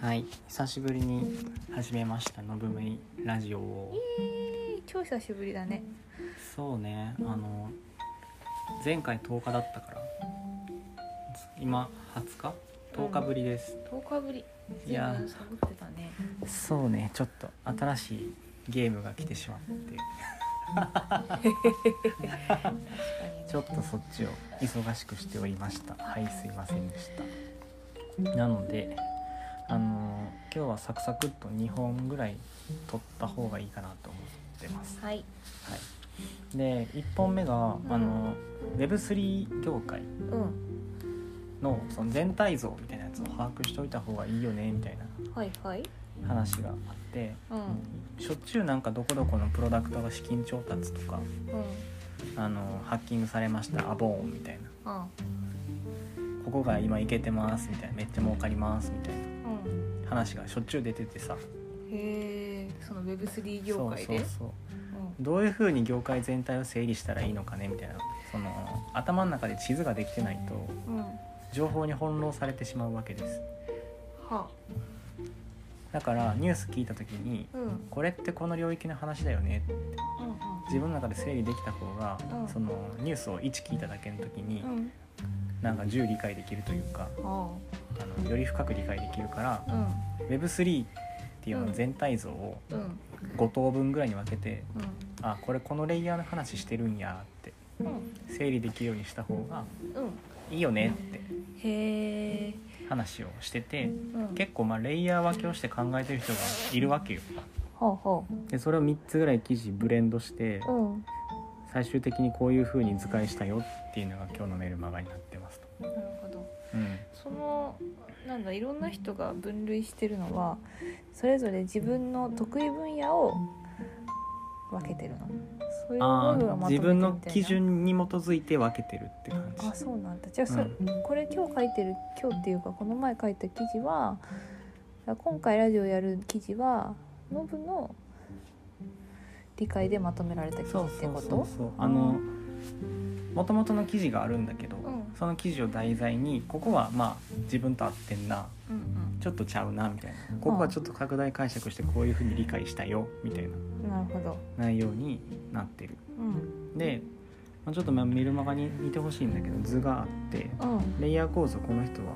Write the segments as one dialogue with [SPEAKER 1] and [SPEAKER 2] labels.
[SPEAKER 1] はい久しぶりに始めました「のぶむいラジオ」を
[SPEAKER 2] えー超久しぶりだね
[SPEAKER 1] そうねあの前回10日だったから今20日10日ぶりです、
[SPEAKER 2] 10日ぶり
[SPEAKER 1] いやー
[SPEAKER 2] 随分サボってたね
[SPEAKER 1] そうねちょっと新しいゲームが来てしまって
[SPEAKER 2] 確かにね
[SPEAKER 1] ちょっとそっちを忙しくしておりましたはいすいませんでしたなのであの今日はサクサクっと2本ぐらい撮った方がいいかなと思ってます
[SPEAKER 2] はい
[SPEAKER 1] はい、で1本目が、
[SPEAKER 2] うん
[SPEAKER 1] あの Web3 業界
[SPEAKER 2] うん
[SPEAKER 1] のその全体像みたいなやつを把握しておいた方がいいよねみたいな
[SPEAKER 2] はいはい
[SPEAKER 1] 話があって、
[SPEAKER 2] うん
[SPEAKER 1] しょっちゅうなんかどこどこのプロダクトが資金調達とか
[SPEAKER 2] うん
[SPEAKER 1] あのハッキングされましたアボーンみたいな
[SPEAKER 2] あ
[SPEAKER 1] ここが今いけてますみたいなめっちゃ儲かりますみたい
[SPEAKER 2] うん
[SPEAKER 1] な話がしょっちゅう出ててさ
[SPEAKER 2] へえその Web3 業界で
[SPEAKER 1] そうそうそうどういうふうに業界全体を整理したらいいのかねみたいなその頭の中で地図ができてないと
[SPEAKER 2] うんうんは
[SPEAKER 1] 情報に翻弄されてしまうわけです
[SPEAKER 2] あ
[SPEAKER 1] だからニュース聞いた時に
[SPEAKER 2] うんうんうん
[SPEAKER 1] これってこの領域の話だよね自分の中で整理できた方が、
[SPEAKER 2] うん
[SPEAKER 1] そのニュースを1聞いただけの時に、
[SPEAKER 2] うん
[SPEAKER 1] なんか10理解できるというか
[SPEAKER 2] あ
[SPEAKER 1] あのより深く理解できるから
[SPEAKER 2] あうん
[SPEAKER 1] Web3 っていうの全体像を
[SPEAKER 2] うん
[SPEAKER 1] 5等分ぐらいに分けて、
[SPEAKER 2] う
[SPEAKER 1] あこれこのレイヤーの話してるんやって
[SPEAKER 2] ん
[SPEAKER 1] 整理できるようにした方が
[SPEAKER 2] うんうん
[SPEAKER 1] いいよねって
[SPEAKER 2] へえ
[SPEAKER 1] 話をしてて
[SPEAKER 2] うん
[SPEAKER 1] 結構まあレイヤー分けをして考えてる人がいるわけよ。
[SPEAKER 2] ほうほ
[SPEAKER 1] でそれを3つぐらい記事ブレンドして
[SPEAKER 2] ううん
[SPEAKER 1] 最終的にこういう風に図解したよっていうのが今日のメルマガになってますと。
[SPEAKER 2] なるほど
[SPEAKER 1] うん
[SPEAKER 2] そのなんだいろんな人が分類してるのはそれぞれ自分の得意分野を分けてるのそういう
[SPEAKER 1] あ
[SPEAKER 2] 部分は
[SPEAKER 1] ー
[SPEAKER 2] まとめてるみたいな
[SPEAKER 1] 自分の基準に基づいて分けてるって感じ
[SPEAKER 2] あそうなんだじゃあ
[SPEAKER 1] う
[SPEAKER 2] そ、
[SPEAKER 1] ん
[SPEAKER 2] これ今日書いてる今日っていうかこの前書いた記事は今回ラジオやる記事はノブの理解でまとめられた記事
[SPEAKER 1] そう
[SPEAKER 2] って
[SPEAKER 1] そう
[SPEAKER 2] こ
[SPEAKER 1] そう
[SPEAKER 2] と
[SPEAKER 1] そうあのもともとの記事があるんだけど、
[SPEAKER 2] ん
[SPEAKER 1] その記事を題材にここはまあ自分と合ってんな
[SPEAKER 2] うん
[SPEAKER 1] ちょっとちゃうなみたいなここはちょっと拡大解釈してこういう風に理解したよみたいな
[SPEAKER 2] うんなるほど
[SPEAKER 1] 内容になってる
[SPEAKER 2] うん
[SPEAKER 1] でまあちょっとまあメルマガに見てほしいんだけど図があって
[SPEAKER 2] うん
[SPEAKER 1] レイヤー構造この人は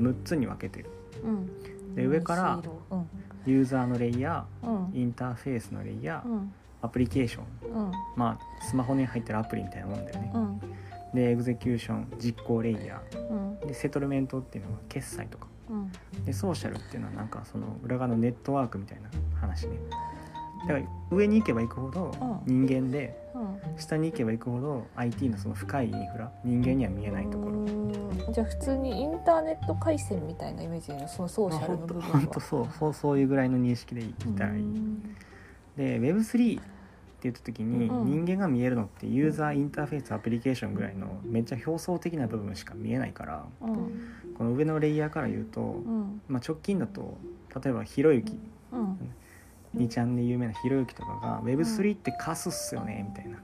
[SPEAKER 1] 6つに分けてる
[SPEAKER 2] うん
[SPEAKER 1] で上から
[SPEAKER 2] 水道
[SPEAKER 1] ユーザーのレイヤ
[SPEAKER 2] うんうん
[SPEAKER 1] ーインターフェースのレイヤ
[SPEAKER 2] う
[SPEAKER 1] ー
[SPEAKER 2] ん
[SPEAKER 1] アプリケーション
[SPEAKER 2] うん
[SPEAKER 1] まあスマホに入ってるアプリみたいなもんだよね
[SPEAKER 2] うん
[SPEAKER 1] でエグゼキューション実行レイヤ
[SPEAKER 2] うん
[SPEAKER 1] ーでセトルメントっていうのは決済とか
[SPEAKER 2] うん
[SPEAKER 1] でソーシャルっていうのはなんかその裏側のネットワークみたいな話ねだから上に行けば行くほど人間で
[SPEAKER 2] うん
[SPEAKER 1] 下に行けば行くほど IT のその深いインフラ人間には見えないところ
[SPEAKER 2] ろじゃあ普通にインターネット回線みたいなイメージのそのソーシャルの部分は
[SPEAKER 1] ほんとそうそうそういうぐらいの認識でいたらいい、で Web3 って言った時に
[SPEAKER 2] うん
[SPEAKER 1] 人間が見えるのってユーザーインターフェースアプリケーションぐらいのめっちゃ表層的な部分しか見えないから
[SPEAKER 2] うん
[SPEAKER 1] この上のレイヤーから言うと
[SPEAKER 2] う、ん
[SPEAKER 1] まあ、直近だと例えばひろゆき
[SPEAKER 2] うん
[SPEAKER 1] 2ちゃんで有名なひろゆきとかが Web3 ってカスっすよねみたいな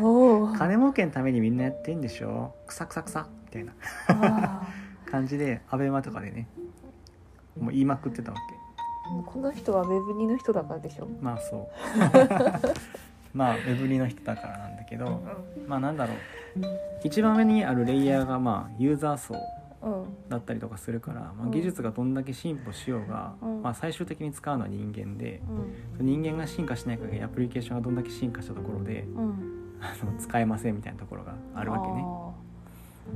[SPEAKER 2] おお
[SPEAKER 1] 金儲けのためにみんなやってんでしょクサクサクサみたいな感じでアベマとかでねもう言いまくってたわけ
[SPEAKER 2] この人は Web2 の人だからでしょ
[SPEAKER 1] まあそうまあウェブリの人だからなんだけどまあなんだろう一番上にあるレイヤーがまあユーザー層
[SPEAKER 2] うん
[SPEAKER 1] だったりとかするから、ま
[SPEAKER 2] う
[SPEAKER 1] あ、
[SPEAKER 2] ん
[SPEAKER 1] 技術がどんだけ進歩しようが、
[SPEAKER 2] うん
[SPEAKER 1] まあ、最終的に使うのは人間で
[SPEAKER 2] うん
[SPEAKER 1] 人間が進化しない限りアプリケーションがどんだけ進化したところで
[SPEAKER 2] うん
[SPEAKER 1] あの使えませんみたいなところがあ
[SPEAKER 2] あ
[SPEAKER 1] るわけね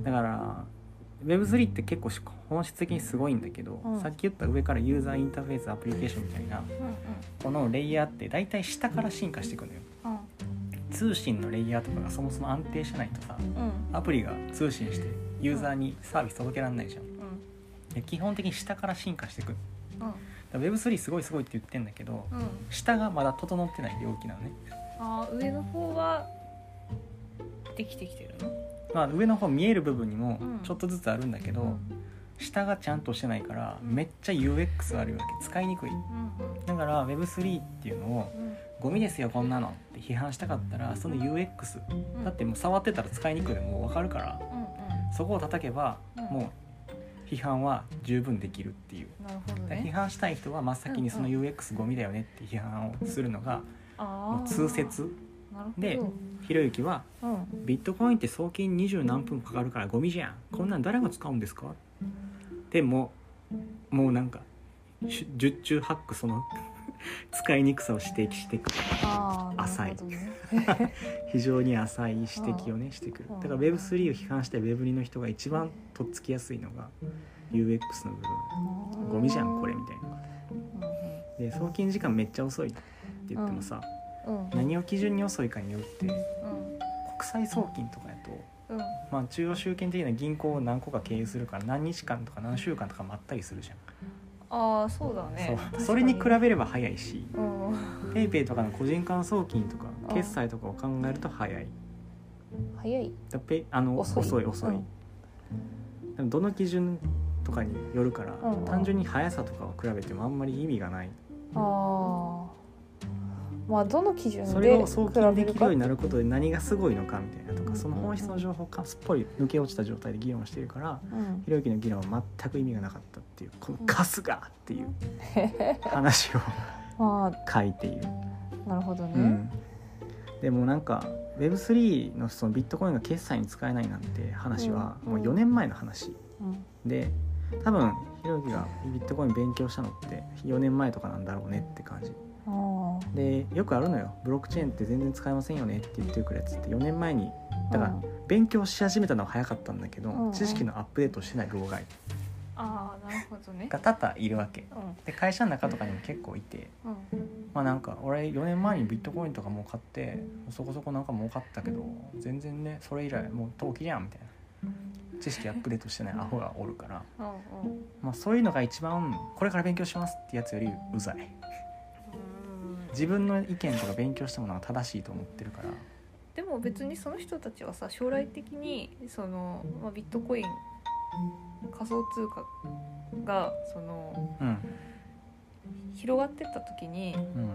[SPEAKER 1] だから Web3 って結構し本質的にすごいんだけど、
[SPEAKER 2] うん
[SPEAKER 1] さっき言った上からユーザーインターフェースアプリケーションみたいな
[SPEAKER 2] ーうんうん
[SPEAKER 1] このレイヤーって大体下から進化していくのよ通信のレイヤーとかがそもそも安定してないとさ
[SPEAKER 2] うん
[SPEAKER 1] アプリが通信してユーザーにサービス届けられないじゃん
[SPEAKER 2] うん
[SPEAKER 1] で基本的に下から進化していく
[SPEAKER 2] うん
[SPEAKER 1] だから Web3 すごいすごいって言ってんだけど
[SPEAKER 2] うん
[SPEAKER 1] 下がまだ整ってない領域なのね
[SPEAKER 2] あー上の方はできてきてるの
[SPEAKER 1] まあ上の方見える部分にも
[SPEAKER 2] うん
[SPEAKER 1] ちょっとずつあるんだけど、下がちゃんとしてないからめっちゃ UX 悪いわけ使いにくい
[SPEAKER 2] うん
[SPEAKER 1] だから Web3 っていうのを
[SPEAKER 2] うん
[SPEAKER 1] ゴミですよこんなのって批判したかったらその UX
[SPEAKER 2] うん
[SPEAKER 1] だってもう触ってたら使いにくいのもう分かるから
[SPEAKER 2] うんうん
[SPEAKER 1] そこを叩けば
[SPEAKER 2] うん
[SPEAKER 1] もう批判は十分できるっていう
[SPEAKER 2] なるほど
[SPEAKER 1] だから批
[SPEAKER 2] ね
[SPEAKER 1] 判したい人は真っ先にその UX ゴミだよねって批判をするのが
[SPEAKER 2] あ
[SPEAKER 1] もう
[SPEAKER 2] ー
[SPEAKER 1] 通説
[SPEAKER 2] なるほど
[SPEAKER 1] でひろゆきは
[SPEAKER 2] うん、
[SPEAKER 1] ビットコインって送金二十何分もかかるからゴミじゃんこんなん誰が使うんですかでももうなんかしゅ十中八九その 使いにくさを指摘してくる
[SPEAKER 2] ああ
[SPEAKER 1] 浅い
[SPEAKER 2] なるほどね
[SPEAKER 1] 非常に浅い指摘をねしてくる
[SPEAKER 2] うん
[SPEAKER 1] だから Web3 を批判して Web2 の人が一番とっつきやすいのが UX の部分 ゴミじゃんこれみたいな
[SPEAKER 2] う
[SPEAKER 1] で送金時間めっちゃ遅いって言ってもさ
[SPEAKER 2] んうん
[SPEAKER 1] 何を基準に遅いかによって国
[SPEAKER 2] うん
[SPEAKER 1] 際送金とかやと
[SPEAKER 2] うんうん
[SPEAKER 1] まあ、中央集権的な銀行を何個か経由するから何日間とか何週間とか待ったりするじゃ
[SPEAKER 2] ああそうだ
[SPEAKER 1] ん、
[SPEAKER 2] ね
[SPEAKER 1] そうそれに比べれば早いし
[SPEAKER 2] うん
[SPEAKER 1] PayPay とかの個人間送金とか
[SPEAKER 2] うん
[SPEAKER 1] 決済とかを考えると早い
[SPEAKER 2] 早い
[SPEAKER 1] だペあの
[SPEAKER 2] 遅
[SPEAKER 1] 遅
[SPEAKER 2] い
[SPEAKER 1] い遅い
[SPEAKER 2] うん
[SPEAKER 1] でもどの基準とかによるから、
[SPEAKER 2] うん
[SPEAKER 1] 単純に速さとかを比べてもあんまり意味がない、
[SPEAKER 2] ああまあどの基準で
[SPEAKER 1] それを送金できるように
[SPEAKER 2] な
[SPEAKER 1] なることで何がすごいのかみたいなとかその本質の情報がすっぽり抜け落ちた状態で議論してるから、
[SPEAKER 2] うん
[SPEAKER 1] ひろゆきの議論は全く意味がなかったっていうこの「カスが!」っていう話を
[SPEAKER 2] あ
[SPEAKER 1] 書いている、
[SPEAKER 2] あなるほど
[SPEAKER 1] う
[SPEAKER 2] ね
[SPEAKER 1] ん、でもなんか Web3 のそのビットコインが決済に使えないなんて話は
[SPEAKER 2] うん
[SPEAKER 1] もう4年前の話
[SPEAKER 2] うん
[SPEAKER 1] で多分ひろゆきがビットコイン勉強したのって4年前とかなんだろうねって感じ
[SPEAKER 2] ああ
[SPEAKER 1] でよくあるのよブロックチェーンって全然使えませんよねって言ってくるやつって4年前にだから勉強し始めたのは早かったんだけど、
[SPEAKER 2] うんうん
[SPEAKER 1] 知識のアップデートしてない老害
[SPEAKER 2] ああなるほどね
[SPEAKER 1] が多々いるわけ
[SPEAKER 2] うん
[SPEAKER 1] で会社の中とかにも結構いて
[SPEAKER 2] うん
[SPEAKER 1] まあなんか俺4年前にビットコインとかもう買ってそこそこなんか儲かったけど全然ねそれ以来もう投機じゃんみたいな知識アップデートしてないアホがおるから、
[SPEAKER 2] うんうん
[SPEAKER 1] まあ、そういうのが一番これから勉強しますってやつよりうざい自分の意見とか勉強したものが正しいと思ってるから
[SPEAKER 2] でも別にその人たちはさ将来的にその、まあ、ビットコイン仮想通貨がその
[SPEAKER 1] うん
[SPEAKER 2] 広がってった時に
[SPEAKER 1] うん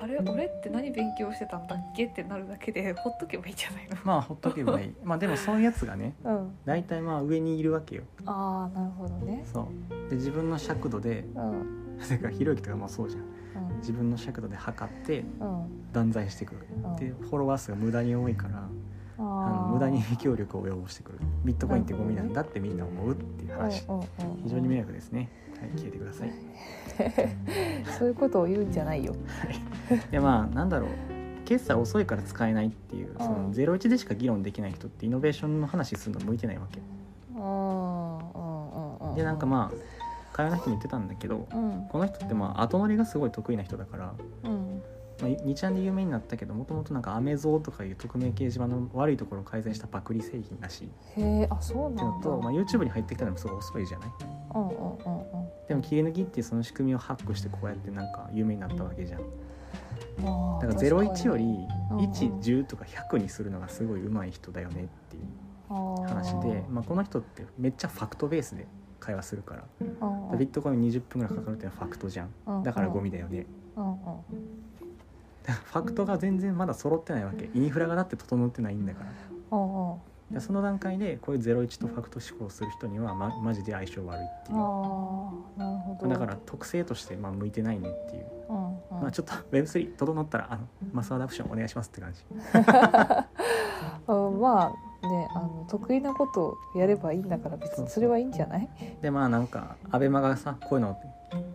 [SPEAKER 2] あれ俺って何勉強してたんだっけってなるだけで ほっとけばいいんじゃない
[SPEAKER 1] まあほっとけ ばいいまあでもそういうやつがね
[SPEAKER 2] の、うん、
[SPEAKER 1] 大体まあ上にいるわけよ
[SPEAKER 2] ああなるほどね
[SPEAKER 1] そうで自分の尺度で
[SPEAKER 2] うん
[SPEAKER 1] だからひろゆきとかもそうじゃん
[SPEAKER 2] うん
[SPEAKER 1] 自分の尺度で測って
[SPEAKER 2] うん
[SPEAKER 1] 断罪してくる
[SPEAKER 2] うん
[SPEAKER 1] でフォロワー数が無駄に多いから
[SPEAKER 2] あ
[SPEAKER 1] あ
[SPEAKER 2] ー
[SPEAKER 1] の無駄に影響力を及ぼしてくるビットコインってゴミなんだってみんな思うっていう話
[SPEAKER 2] うんうんうん
[SPEAKER 1] 非常に迷惑ですねはい聞いてください
[SPEAKER 2] そういうことを言うんじゃないよ
[SPEAKER 1] でまあなんだろう決済遅いから使えないっていうその01でしか議論できない人ってイノベーションの話するの向いてないわけ
[SPEAKER 2] うんうんうんうん
[SPEAKER 1] でなんかまあ会話の人も言ってたんだけど
[SPEAKER 2] うん
[SPEAKER 1] この人ってまあ後乗りがすごい得意な人だから
[SPEAKER 2] うん
[SPEAKER 1] まあ、2ちゃんで有名になったけどもともとなんかアメゾーとかいう匿名掲示板の悪いところを改善したパクリ製品らしいって
[SPEAKER 2] へえあそう
[SPEAKER 1] いう
[SPEAKER 2] な
[SPEAKER 1] の
[SPEAKER 2] んだ
[SPEAKER 1] と、まあ、YouTube に入ってきたのもすごい遅いじゃない
[SPEAKER 2] うんうんうんうん
[SPEAKER 1] でも切り抜きっていうその仕組みをハックしてこうやってなんか有名になったわけじゃん
[SPEAKER 2] だ
[SPEAKER 1] だから01より
[SPEAKER 2] うん
[SPEAKER 1] 110とか100にするのがすごい上手い人だよねっていう話で、まあ、この人ってめっちゃファクトベースで会話するからビットコイン20分ぐらいかかるっていうのはファクトじゃんだからゴミだよね だからファクトが全然まだ揃ってないわけインフラがだって整ってないんだからでその段階でこういう01とファクト思考をする人には、ま、マジで相性悪いっていうだから特性としてまあ向いてないねっていう、まあ、ちょっと Web3 整ったらあのマスアダプションお願いしますって感じ
[SPEAKER 2] まあねあの得意なことをやればいいんだから別にそれはいいんじゃない
[SPEAKER 1] でまあなんかアベマがさこういうのを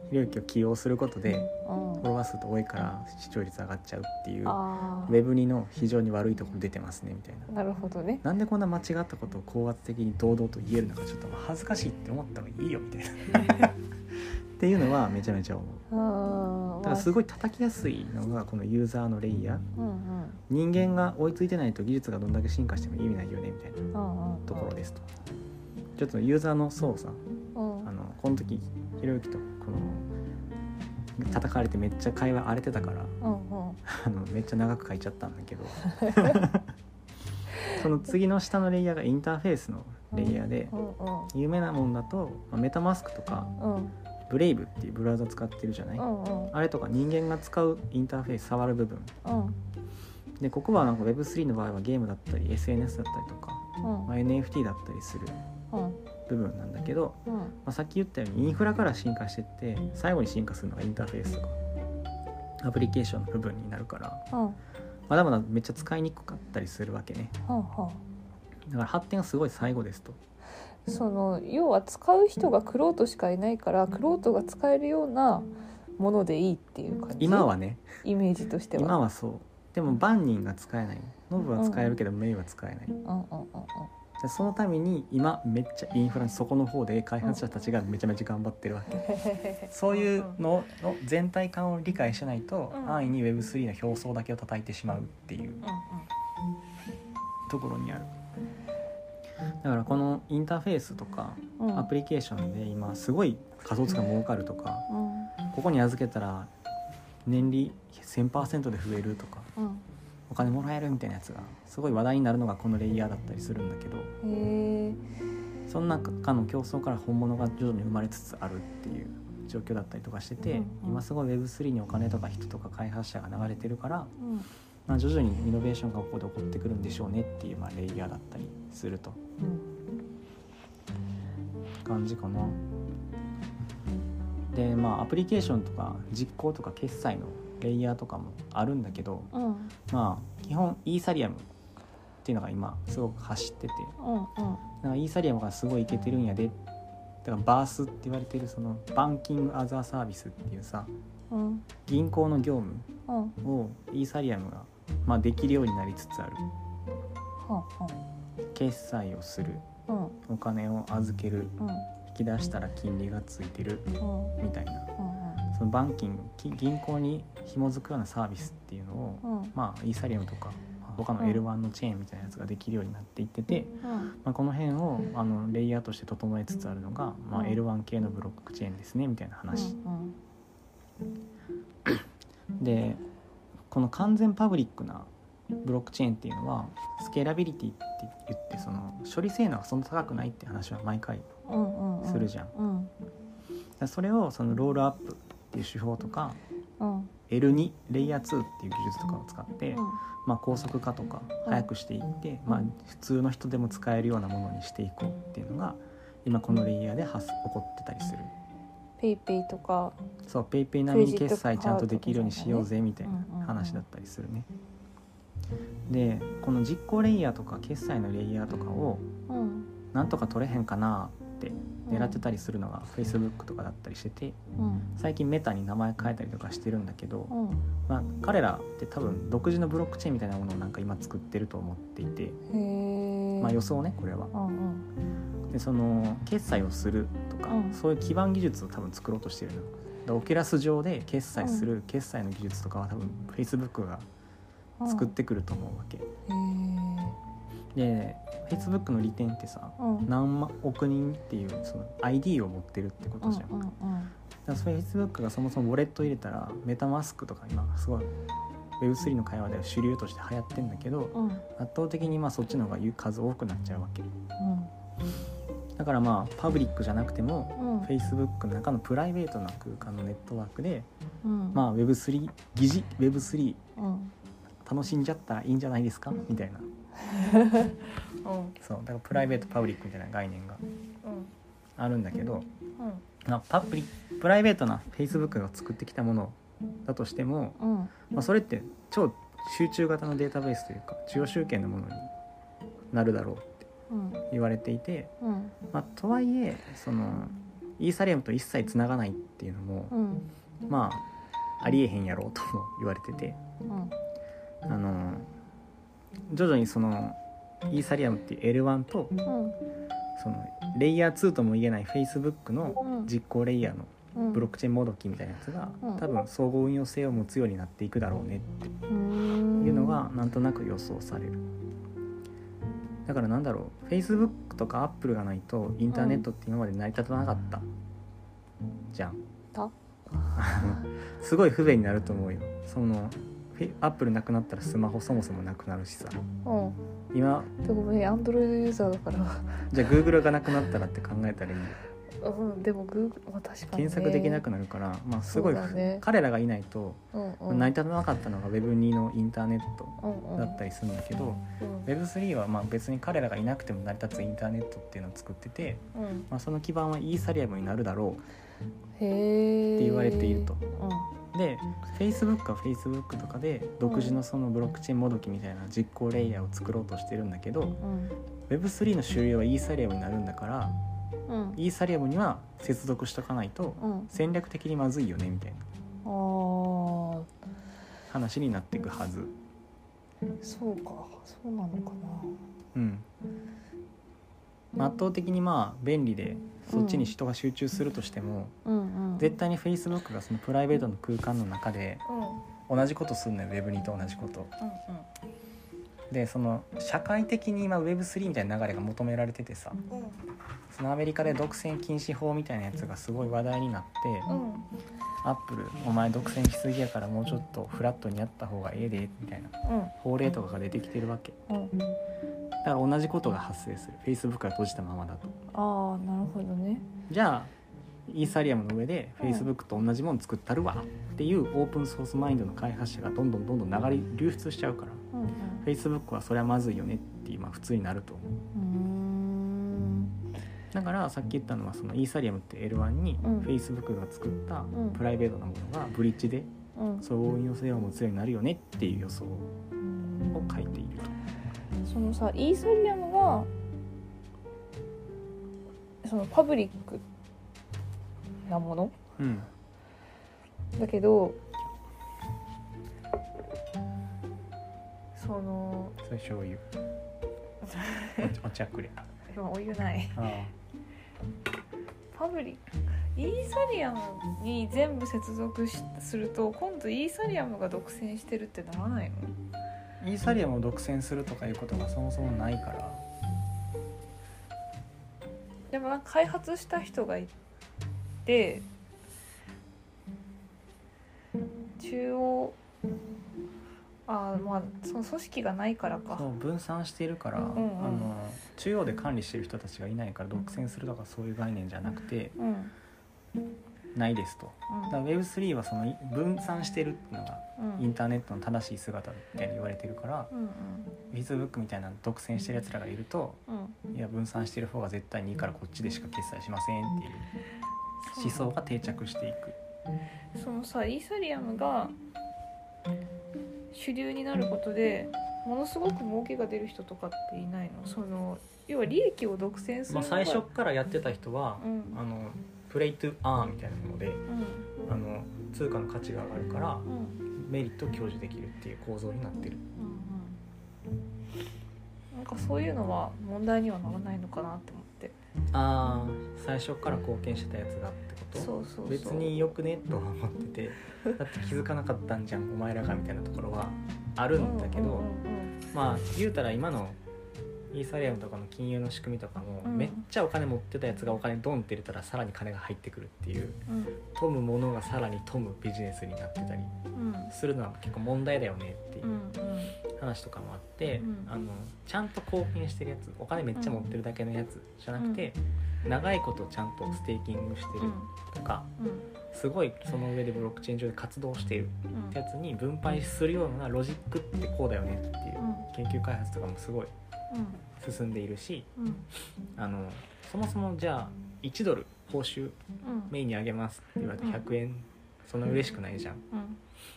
[SPEAKER 1] ひろゆきを起用することで
[SPEAKER 2] うん
[SPEAKER 1] フォロワー数と多いから視聴率上がっちゃうっていう
[SPEAKER 2] あ
[SPEAKER 1] Web2 の非常に悪いところ出てますねみたいな
[SPEAKER 2] あ。なるほどね
[SPEAKER 1] なんでこんな間違ったことを高圧的に堂々と言えるのかちょっとまあ恥ずかしいって思ったらいいよみたいな っていうのはめちゃめちゃ思う
[SPEAKER 2] うん
[SPEAKER 1] だからすごい叩きやすいのがこのユーザーのレイヤー
[SPEAKER 2] うん
[SPEAKER 1] 人間が追いついてないと技術がどんだけ進化しても意味ないよねみたいな
[SPEAKER 2] うんうんうん
[SPEAKER 1] ところですとちょっとユーザーの操作
[SPEAKER 2] うん
[SPEAKER 1] あのこの時ひろゆきとこの叩かれてめっちゃ会話荒れてたから
[SPEAKER 2] うんうん
[SPEAKER 1] あのめっちゃ長く書いちゃったんだけどその次の下のレイヤーがインターフェースのレイヤーで
[SPEAKER 2] うん
[SPEAKER 1] 有名なもんだと、まあメタマスクとか
[SPEAKER 2] うんうん
[SPEAKER 1] ブレイブっていうブラウザ使ってるじゃない
[SPEAKER 2] うんうん
[SPEAKER 1] あれとか人間が使うインターフェース触る部分でここはなんか Web3 の場合はゲームだったり SNS だったりとか、
[SPEAKER 2] うん
[SPEAKER 1] まあ NFT だったりする
[SPEAKER 2] うん
[SPEAKER 1] 部部分なんだけど、
[SPEAKER 2] うん
[SPEAKER 1] まあ、さっき言ったようにインフラから進化してって最後に進化するのがインターフェースとかアプリケーションの部分になるから
[SPEAKER 2] うんは
[SPEAKER 1] まだまだめっちゃ使いにくかったりするわけね
[SPEAKER 2] あは
[SPEAKER 1] だから発展はすごい最後ですと
[SPEAKER 2] あその要は使う人がクロートしかいないからクロートが使えるようなものでいいっていう感じ
[SPEAKER 1] 今はね
[SPEAKER 2] イメージとしては
[SPEAKER 1] 今はそうでも万人が使えないノブは使えるけどメイは使えない、
[SPEAKER 2] うんうんうんうん
[SPEAKER 1] でそのために今めっちゃインフラの底の方で開発者たちがめちゃめちゃ頑張ってるわけ、そういうのの全体感を理解しないと
[SPEAKER 2] うん
[SPEAKER 1] 安易に Web3 の表層だけを叩いてしまうっていうところにあるだからこのインターフェースとか
[SPEAKER 2] うんうん
[SPEAKER 1] アプリケーションで今すごい仮想通貨儲かるとか
[SPEAKER 2] うん
[SPEAKER 1] ここに預けたら年利1000%で増えるとか
[SPEAKER 2] うん
[SPEAKER 1] お金もらえるみたいなやつがすごい話題になるのがこのレイヤーだったりするんだけど
[SPEAKER 2] へえ
[SPEAKER 1] その中の競争から本物が徐々に生まれつつあるっていう状況だったりとかしてて、
[SPEAKER 2] うんうん
[SPEAKER 1] 今すごい Web3 にお金とか人とか開発者が流れてるから、
[SPEAKER 2] うん
[SPEAKER 1] まあ、徐々にイノベーションがここで起こってくるんでしょうねっていう、まあ、レイヤーだったりすると
[SPEAKER 2] うん
[SPEAKER 1] 感じかな。でまあアプリケーションとか実行とか決済のレイヤーとかもあるんだけど、
[SPEAKER 2] うんうん
[SPEAKER 1] まあ基本イーサリアムっていうのが今すごく走ってて
[SPEAKER 2] うん
[SPEAKER 1] なんかイーサリアムがすごいイケてるんやでだからバースって言われてるそのバンキングアザーサービスっていうさ
[SPEAKER 2] うん
[SPEAKER 1] 銀行の業務
[SPEAKER 2] うん
[SPEAKER 1] をイーサリアムが、まあ、できるようになりつつある
[SPEAKER 2] はあは
[SPEAKER 1] 決済をする
[SPEAKER 2] あうん
[SPEAKER 1] お金を預ける
[SPEAKER 2] うん
[SPEAKER 1] 引き出したら金利がついてる
[SPEAKER 2] うん
[SPEAKER 1] みたいな
[SPEAKER 2] うん
[SPEAKER 1] そのバンキングき銀行に紐づくようなサービスっていうのを、
[SPEAKER 2] うんうん
[SPEAKER 1] まあ、イーサリアムとか他の L1 のチェーンみたいなやつができるようになっていってて、
[SPEAKER 2] うん
[SPEAKER 1] まあ、この辺をあのレイヤーとして整えつつあるのが、まあ、
[SPEAKER 2] うん
[SPEAKER 1] L1 系のブロックチェーンですねみたいな話、
[SPEAKER 2] うん
[SPEAKER 1] でこの完全パブリックなブロックチェーンっていうのはスケーラビリティって言ってその処理性能がそんな高くないって話は毎回
[SPEAKER 2] うんうんうん
[SPEAKER 1] するじゃん、だか
[SPEAKER 2] うん
[SPEAKER 1] らそれをそのロールアップっていう手法とか
[SPEAKER 2] うん
[SPEAKER 1] L2 レイヤー2っていう技術とかを使って、
[SPEAKER 2] うん
[SPEAKER 1] まあ、高速化とか
[SPEAKER 2] うん
[SPEAKER 1] 早くしていって、まあ、普通の人でも使えるようなものにしていこうっていうのが今このレイヤーで発起こってたりする。
[SPEAKER 2] ペイペイとか
[SPEAKER 1] そうペイペイ並みに決済ちゃんとできるようにしようぜみたいな話だったりするね。でこの実行レイヤーとか決済のレイヤーとかを
[SPEAKER 2] うん
[SPEAKER 1] なんとか取れへんかなって狙ってた
[SPEAKER 2] り
[SPEAKER 1] りするのが Facebook とかだったりしてて
[SPEAKER 2] うん
[SPEAKER 1] 最近メタに名前変えたりとかしてるんだけど
[SPEAKER 2] う、ん
[SPEAKER 1] まあ、彼らって多分独自のブロックチェーンみたいなものをなんか今作ってると思っていて、
[SPEAKER 2] へえ
[SPEAKER 1] まあ、予想ねこれは。
[SPEAKER 2] うんうん
[SPEAKER 1] でその決済をするとか、
[SPEAKER 2] うん
[SPEAKER 1] そういう基盤技術を多分作ろうとしてるのでオキュラス上で決済する、決済の技術とかは多分 Facebook が
[SPEAKER 2] うん
[SPEAKER 1] 作ってくると思うわけ、
[SPEAKER 2] へえ
[SPEAKER 1] で Facebook の利点ってさ
[SPEAKER 2] うん
[SPEAKER 1] 何万億人っていうその ID を持ってるってことじゃん、
[SPEAKER 2] うん
[SPEAKER 1] だ
[SPEAKER 2] うんうん
[SPEAKER 1] からそれ Facebook がそもそもウォレット入れたらメタマスクとか今すごい Web3 の会話では主流として流行ってんだけど
[SPEAKER 2] うん
[SPEAKER 1] 圧倒的にまあそっちの方が数多くなっちゃうわけ
[SPEAKER 2] うん
[SPEAKER 1] だからまあパブリックじゃなくても
[SPEAKER 2] うん
[SPEAKER 1] Facebook の中のプライベートな空間のネットワークで、
[SPEAKER 2] うん
[SPEAKER 1] まあ、Web3 疑似 Web3
[SPEAKER 2] うん
[SPEAKER 1] 楽しんじゃったらいいんじゃないですかみたいな
[SPEAKER 2] うん
[SPEAKER 1] そうだからプライベートパブリックみたいな概念が
[SPEAKER 2] うん
[SPEAKER 1] あるんだけど、
[SPEAKER 2] うん
[SPEAKER 1] まあ、パブリプライベートな Facebook が作ってきたものだとしても、
[SPEAKER 2] うん
[SPEAKER 1] まあ、それって超集中型のデータベースというか中央集権のものになるだろうって
[SPEAKER 2] うん
[SPEAKER 1] 言われていて、
[SPEAKER 2] うん
[SPEAKER 1] まあ、とはいえそのイーサリアムと一切つながないっていうのも、
[SPEAKER 2] うん
[SPEAKER 1] まあありえへんやろうとも言われてて
[SPEAKER 2] うん
[SPEAKER 1] あの徐々にそのイーサリアムっていう L1 と
[SPEAKER 2] うん
[SPEAKER 1] そのレイヤー2とも言えない Facebook の
[SPEAKER 2] うん
[SPEAKER 1] 実行レイヤーの
[SPEAKER 2] うん
[SPEAKER 1] ブロックチェーンもどきみたいなやつが
[SPEAKER 2] うん
[SPEAKER 1] 多分総合運用性を持つようになっていくだろうね
[SPEAKER 2] ク
[SPEAKER 1] っていうのがなんとなく予想されるだからなんだろう Facebook とか Apple がないとインターネットって今まで成り立たなかったじゃん
[SPEAKER 2] た
[SPEAKER 1] すごい不便になると思うよそのフェアップルなくなったらスマホそもそもなくなるしさ
[SPEAKER 2] うん
[SPEAKER 1] 今
[SPEAKER 2] でごめんアンドロイドユーザーだから
[SPEAKER 1] じゃあ Google がなくなったらって考えたらいいよ
[SPEAKER 2] うん、でもグーまあ確かに、ね、
[SPEAKER 1] 検索できなくなるから、まあ、すごい、
[SPEAKER 2] そうだね
[SPEAKER 1] 彼らがいないと
[SPEAKER 2] うんうん、
[SPEAKER 1] 成り立たなかったのが Web2 のインターネット
[SPEAKER 2] うんうん
[SPEAKER 1] だったりするんだけど、
[SPEAKER 2] うん、
[SPEAKER 1] Web3 はまあ別に彼らがいなくても成り立つインターネットっていうのを作ってて、
[SPEAKER 2] うん、
[SPEAKER 1] まあ、その基盤はイーサリアムになるだろう
[SPEAKER 2] へえ
[SPEAKER 1] って言われていると
[SPEAKER 2] うん
[SPEAKER 1] で Facebook は Facebook とかで独自のそのブロックチェーンもどきみたいな実行レイヤーを作ろうとしてるんだけど
[SPEAKER 2] うん
[SPEAKER 1] Web3 の主流はイーサリアムになるんだから
[SPEAKER 2] うん
[SPEAKER 1] イーサリアムには接続しとかないと
[SPEAKER 2] うん
[SPEAKER 1] 戦略的にまずいよねみたいな
[SPEAKER 2] あー
[SPEAKER 1] 話になっていくはず。
[SPEAKER 2] そうかそうなのか
[SPEAKER 1] うんまあ圧倒的にまあ便利でそっちに人が集中するとしても、
[SPEAKER 2] なうんうん
[SPEAKER 1] 絶対に Facebook がそのプライベートの空間の中で
[SPEAKER 2] うんうん
[SPEAKER 1] 同じことするのよ Web2 と同じこと。でその社会的に今 Web3 みたいな流れが求められててさ
[SPEAKER 2] うん
[SPEAKER 1] そのアメリカで独占禁止法みたいなやつがすごい話題になって
[SPEAKER 2] うん
[SPEAKER 1] 「アップルお前独占しすぎやからもうちょっとフラットにやった方がええで」みたいな法令とかが出てきてるわけ
[SPEAKER 2] うんうん
[SPEAKER 1] だから同じことが発生する Facebook が閉じたままだと
[SPEAKER 2] ああなるほどね
[SPEAKER 1] じゃあイーサリアムの上で
[SPEAKER 2] うん
[SPEAKER 1] Facebook と同じもの作ったるわっていうオープンソースマインドの開発者がどんどんどんどん流れ流出しちゃうから
[SPEAKER 2] うん
[SPEAKER 1] Facebook はそれはまずいよねって今普通になると思う
[SPEAKER 2] うん
[SPEAKER 1] だからさっき言ったのはそのイーサリアムって L1 に
[SPEAKER 2] うん
[SPEAKER 1] Facebook が作った
[SPEAKER 2] うん
[SPEAKER 1] プライベートなものがブリッジで
[SPEAKER 2] うーん
[SPEAKER 1] 相互運用性を持つようになるよねっていう予想を
[SPEAKER 2] うん
[SPEAKER 1] 書いていると。
[SPEAKER 2] そのさイーサリアムがそのパブリックなもの
[SPEAKER 1] うん
[SPEAKER 2] だけどその
[SPEAKER 1] それ醤油おお茶くれあ
[SPEAKER 2] 今お湯ない
[SPEAKER 1] あ
[SPEAKER 2] パブリックイーサリアムに全部接続しすると今度イーサリアムが独占してるってならないの
[SPEAKER 1] イーサリアムを独占するとかいうことがそもそもないから
[SPEAKER 2] でもなんか開発した人がいて中央あーまあその組織がないからか
[SPEAKER 1] そう分散しているから、
[SPEAKER 2] んうん
[SPEAKER 1] あの中央で管理してる人たちがいないから独占するとかそういう概念じゃなくて
[SPEAKER 2] うんうん
[SPEAKER 1] ないですと。だから Web3 はその分散してるっていうのが
[SPEAKER 2] うん
[SPEAKER 1] インターネットの正しい姿みたいに言われてるから
[SPEAKER 2] うん
[SPEAKER 1] Facebook みたいな独占してるやつらがいると
[SPEAKER 2] うんうん
[SPEAKER 1] いや分散してる方が絶対にいいからこっちでしか決済しませんっていう思想が定着していく
[SPEAKER 2] そのさイーサリアムが主流になることでものすごく儲けが出る人とかっていないのその要は利益を独占する
[SPEAKER 1] ま
[SPEAKER 2] の
[SPEAKER 1] あ、
[SPEAKER 2] が
[SPEAKER 1] 最初からやってた人は、
[SPEAKER 2] うん
[SPEAKER 1] あのプレイトゥアーンみたいなもので
[SPEAKER 2] うん
[SPEAKER 1] あの通貨の価値が上がるから
[SPEAKER 2] うんうん
[SPEAKER 1] メリットを享受できるっていう構造になってる
[SPEAKER 2] うんなんかそういうのは問題にはならないのかなって思って
[SPEAKER 1] ああ最初から貢献してたやつがってこと
[SPEAKER 2] そうそうそう
[SPEAKER 1] 別によくねとは思 っててだって気づかなかったんじゃんお前らがみたいなところはあるんだけど、
[SPEAKER 2] うんうん
[SPEAKER 1] まあ言うたら今のイーサリアムとかの金融の仕組みとかも、
[SPEAKER 2] うん
[SPEAKER 1] めっちゃお金持ってたやつがお金ドンって入れたらさらに金が入ってくるっていう
[SPEAKER 2] うん
[SPEAKER 1] 富むものがさらに富むビジネスになってたり
[SPEAKER 2] うん
[SPEAKER 1] するのは結構問題だよねってい
[SPEAKER 2] うん
[SPEAKER 1] う話とかもあって、
[SPEAKER 2] うん
[SPEAKER 1] あのちゃんと貢献してるやつお金めっちゃ持ってるだけのやつじゃなくて、長いことちゃんとステーキングして
[SPEAKER 2] うん
[SPEAKER 1] る
[SPEAKER 2] うん
[SPEAKER 1] とか、
[SPEAKER 2] うん
[SPEAKER 1] すごいその上でブロックチェーン上で活動している
[SPEAKER 2] うん
[SPEAKER 1] ってやつに分配するようなロジックってこうだよねっていう研究開発とかもすごい進んでいるし
[SPEAKER 2] うんうん
[SPEAKER 1] あのそもそもじゃあ1ドル報酬
[SPEAKER 2] うん
[SPEAKER 1] メインにあげますって言われて
[SPEAKER 2] うん
[SPEAKER 1] 100円そんな嬉しくないじゃん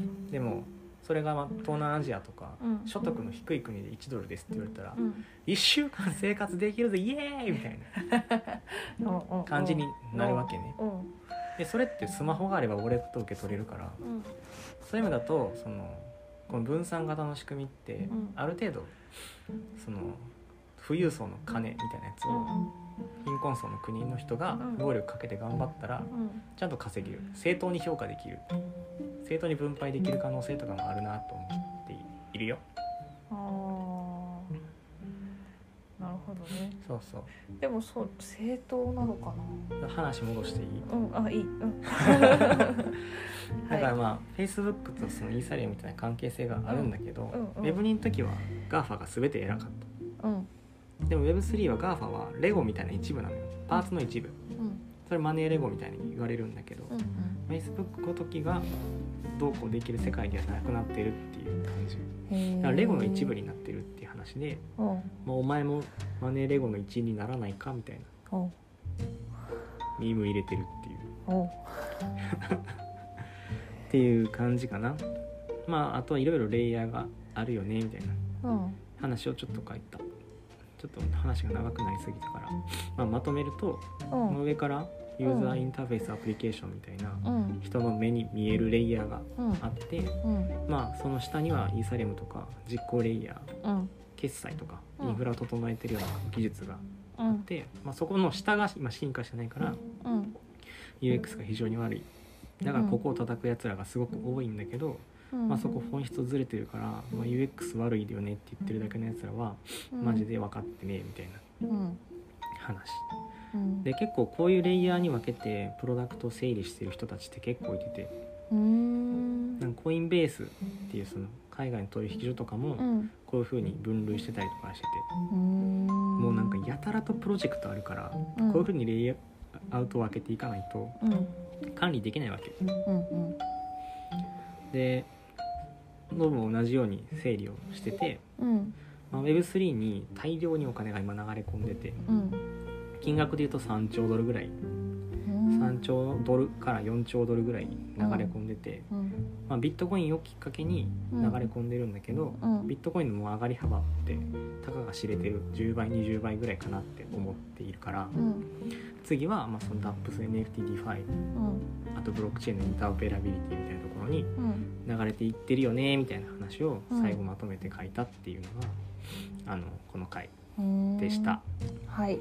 [SPEAKER 2] うん
[SPEAKER 1] でもそれがまあ東南アジアとか
[SPEAKER 2] うん
[SPEAKER 1] 所得の低い国で1ドルですって言われたら
[SPEAKER 2] うん
[SPEAKER 1] 1週間生活できるぜイエーイみたいな
[SPEAKER 2] うん
[SPEAKER 1] 感じになるわけね
[SPEAKER 2] うん
[SPEAKER 1] でそれってスマホがあればウォレット受け取れるから
[SPEAKER 2] うん
[SPEAKER 1] そういう意味だとそのこの分散型の仕組みって
[SPEAKER 2] ん
[SPEAKER 1] ある程度その富裕層の金みたいなやつ
[SPEAKER 2] う
[SPEAKER 1] を
[SPEAKER 2] ん
[SPEAKER 1] 貧困層の国の人が
[SPEAKER 2] うん
[SPEAKER 1] 労力かけて頑張ったら
[SPEAKER 2] うんうん
[SPEAKER 1] ちゃんと稼げる正当に評価できる正当に分配できる可能性とかもあるなと思っているよ
[SPEAKER 2] あーなるほどね
[SPEAKER 1] そうそう
[SPEAKER 2] でもそう正当なのか
[SPEAKER 1] 話戻していい
[SPEAKER 2] なうんあいいうん
[SPEAKER 1] だからまあ Facebook とそのイーサリアムみたいな関係性があるんだけど
[SPEAKER 2] うんうん
[SPEAKER 1] Web2 の時は GAFA が全て偉かっ
[SPEAKER 2] うん
[SPEAKER 1] たでも Web3 は GAFA はレゴみたいな一部なのよパーツの一部
[SPEAKER 2] うん
[SPEAKER 1] それマネーレゴみたいに言われるんだけど、
[SPEAKER 2] うんうん、
[SPEAKER 1] Facebook ごときがどうこうできる世界ではなくなってるっていう感じ
[SPEAKER 2] へ
[SPEAKER 1] だ
[SPEAKER 2] ー
[SPEAKER 1] からレゴの一部になってるっていう話で、ま
[SPEAKER 2] おう
[SPEAKER 1] あ、お前もマネーレゴの一員にならないかみたいな
[SPEAKER 2] おう
[SPEAKER 1] ミーム入れてるっていう
[SPEAKER 2] おう
[SPEAKER 1] っていう感じかなまああとはいろいろレイヤーがあるよねみたいな
[SPEAKER 2] うん
[SPEAKER 1] 話をちょっと書いたちょっと話が長くなりすぎたから、まあ、まとめると、
[SPEAKER 2] う
[SPEAKER 1] この
[SPEAKER 2] ん
[SPEAKER 1] 上からユーザーインターフェースアプリケーションみたいな
[SPEAKER 2] うん
[SPEAKER 1] 人の目に見えるレイヤーが
[SPEAKER 2] うん
[SPEAKER 1] あって、
[SPEAKER 2] うん
[SPEAKER 1] まあ、その下にはイーサリアムとか実行レイヤー
[SPEAKER 2] うん
[SPEAKER 1] 決済とか
[SPEAKER 2] うん
[SPEAKER 1] インフラを整えてるような技術が
[SPEAKER 2] う
[SPEAKER 1] あっ
[SPEAKER 2] ん
[SPEAKER 1] て、まあ、そこの下が今進化してないから
[SPEAKER 2] うん
[SPEAKER 1] UX が非常に悪いだからここを叩くやつらがすごく多いんだけど、
[SPEAKER 2] うん
[SPEAKER 1] まあ、そこ本質ずれてるから、まあ、UX 悪いよねって言ってるだけのやつらはマジで分かってねえみたいな
[SPEAKER 2] うん
[SPEAKER 1] 話
[SPEAKER 2] うん
[SPEAKER 1] で結構こういうレイヤーに分けてプロダクトを整理してる人たちって結構いてて
[SPEAKER 2] うーん
[SPEAKER 1] なんかコインベースっていうその海外の取引所とかも
[SPEAKER 2] うん
[SPEAKER 1] こういう風に分類してたりとかしてて
[SPEAKER 2] も
[SPEAKER 1] もうなんかやたらとプロジェクトあるからこういう風にレイアウトを分けていかないと
[SPEAKER 2] うんうん
[SPEAKER 1] 管理できないわけ
[SPEAKER 2] うん
[SPEAKER 1] でノブも同じように整理をしてて、
[SPEAKER 2] うん
[SPEAKER 1] まあ、Web3 に大量にお金が今流れ込んでて
[SPEAKER 2] うん
[SPEAKER 1] 金額で言うと3兆ドルぐらい
[SPEAKER 2] うん
[SPEAKER 1] 3兆ドルから4兆ドルぐらい流れ込んでて、
[SPEAKER 2] うん
[SPEAKER 1] まあ、ビットコインをきっかけに流れ込んでるんだけど、
[SPEAKER 2] うん
[SPEAKER 1] ビットコインのもう上がり幅ってたかが知れてる10倍20倍ぐらいかなって思っているから、
[SPEAKER 2] うん
[SPEAKER 1] 次はまあその DAPSNFTDFI
[SPEAKER 2] うん
[SPEAKER 1] あとブロックチェーンのインターオペラビリティみたいなところに
[SPEAKER 2] うん
[SPEAKER 1] 流れていってるよねみたいな話を
[SPEAKER 2] うん
[SPEAKER 1] 最後まとめて書いたっていうのが、あのこの回
[SPEAKER 2] うん
[SPEAKER 1] でした。
[SPEAKER 2] はい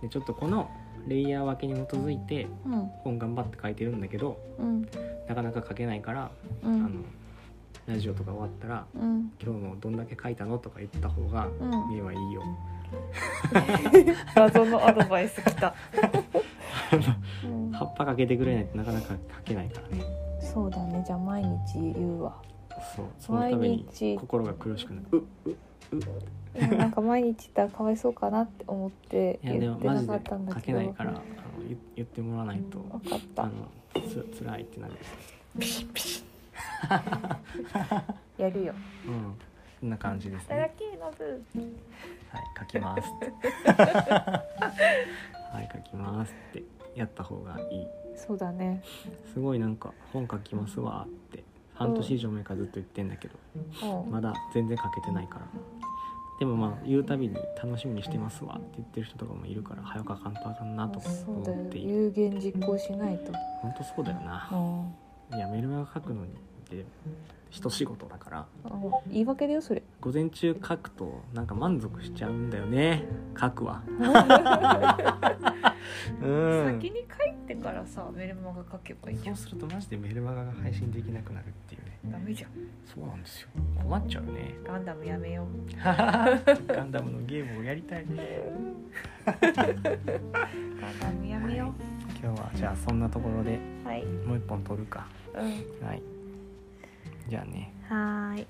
[SPEAKER 1] でちょっとこのレイヤー分けに基づいて
[SPEAKER 2] うん
[SPEAKER 1] 本頑張って書いてるんだけど
[SPEAKER 2] うん
[SPEAKER 1] なかなか書けないから、
[SPEAKER 2] う
[SPEAKER 1] あ
[SPEAKER 2] ん
[SPEAKER 1] のラジオとか終わったら
[SPEAKER 2] うん
[SPEAKER 1] 「今日もどんだけ書いたの?」とか言った方が
[SPEAKER 2] うん
[SPEAKER 1] 見ればいいよ。
[SPEAKER 2] 謎のアドバイスきたうん
[SPEAKER 1] 葉っぱかけてくれないとなかなか書けないからね。
[SPEAKER 2] そうだねじゃあ毎日言うわ
[SPEAKER 1] そうそのために
[SPEAKER 2] 毎日
[SPEAKER 1] 心が苦しくなる。う
[SPEAKER 2] うんなんか毎日言ったらかわいそうかなって思って
[SPEAKER 1] いやで
[SPEAKER 2] 言っ
[SPEAKER 1] も
[SPEAKER 2] て
[SPEAKER 1] マ
[SPEAKER 2] な
[SPEAKER 1] ジ
[SPEAKER 2] か
[SPEAKER 1] で
[SPEAKER 2] ったんだ
[SPEAKER 1] 書
[SPEAKER 2] け
[SPEAKER 1] け
[SPEAKER 2] ど
[SPEAKER 1] ないからあの言言ってもらわないと
[SPEAKER 2] 分かった
[SPEAKER 1] あのつ辛いってなる。
[SPEAKER 2] やるよ
[SPEAKER 1] うんそんな感じですね。
[SPEAKER 2] 働きのぶ
[SPEAKER 1] はい、書きますって。 はい、書きますってやった方がいい。
[SPEAKER 2] そうだね
[SPEAKER 1] すごいなんか本書きますわーって半年以上前からずっと言ってんだけど、
[SPEAKER 2] うん
[SPEAKER 1] まだ全然書けてないから。でもまあ言うたびに楽しみにしてますわって言ってる人とかもいるから早く書かんとあかんなとか
[SPEAKER 2] そうだよ
[SPEAKER 1] 思っている。
[SPEAKER 2] 有言実行しないと
[SPEAKER 1] 本当そうだよな。いやメルマガ書くのにって一仕事だから。
[SPEAKER 2] うんうん言い訳だよそれ
[SPEAKER 1] 午前中書くとなんか満足しちゃうんだよね書くわうん
[SPEAKER 2] に書いてからさメルマガ書けば
[SPEAKER 1] そうするとマジでメルマガが配信できなくなるっていうね
[SPEAKER 2] ダメじゃん
[SPEAKER 1] そうなんですよ困っちゃうね
[SPEAKER 2] ガンダムやめよ
[SPEAKER 1] ガンダムのゲームをやりたいね
[SPEAKER 2] うガンダムや
[SPEAKER 1] 今日はじゃあそんなところで
[SPEAKER 2] うはい、
[SPEAKER 1] もう一本撮るか
[SPEAKER 2] うん、
[SPEAKER 1] はいじゃあね
[SPEAKER 2] はーい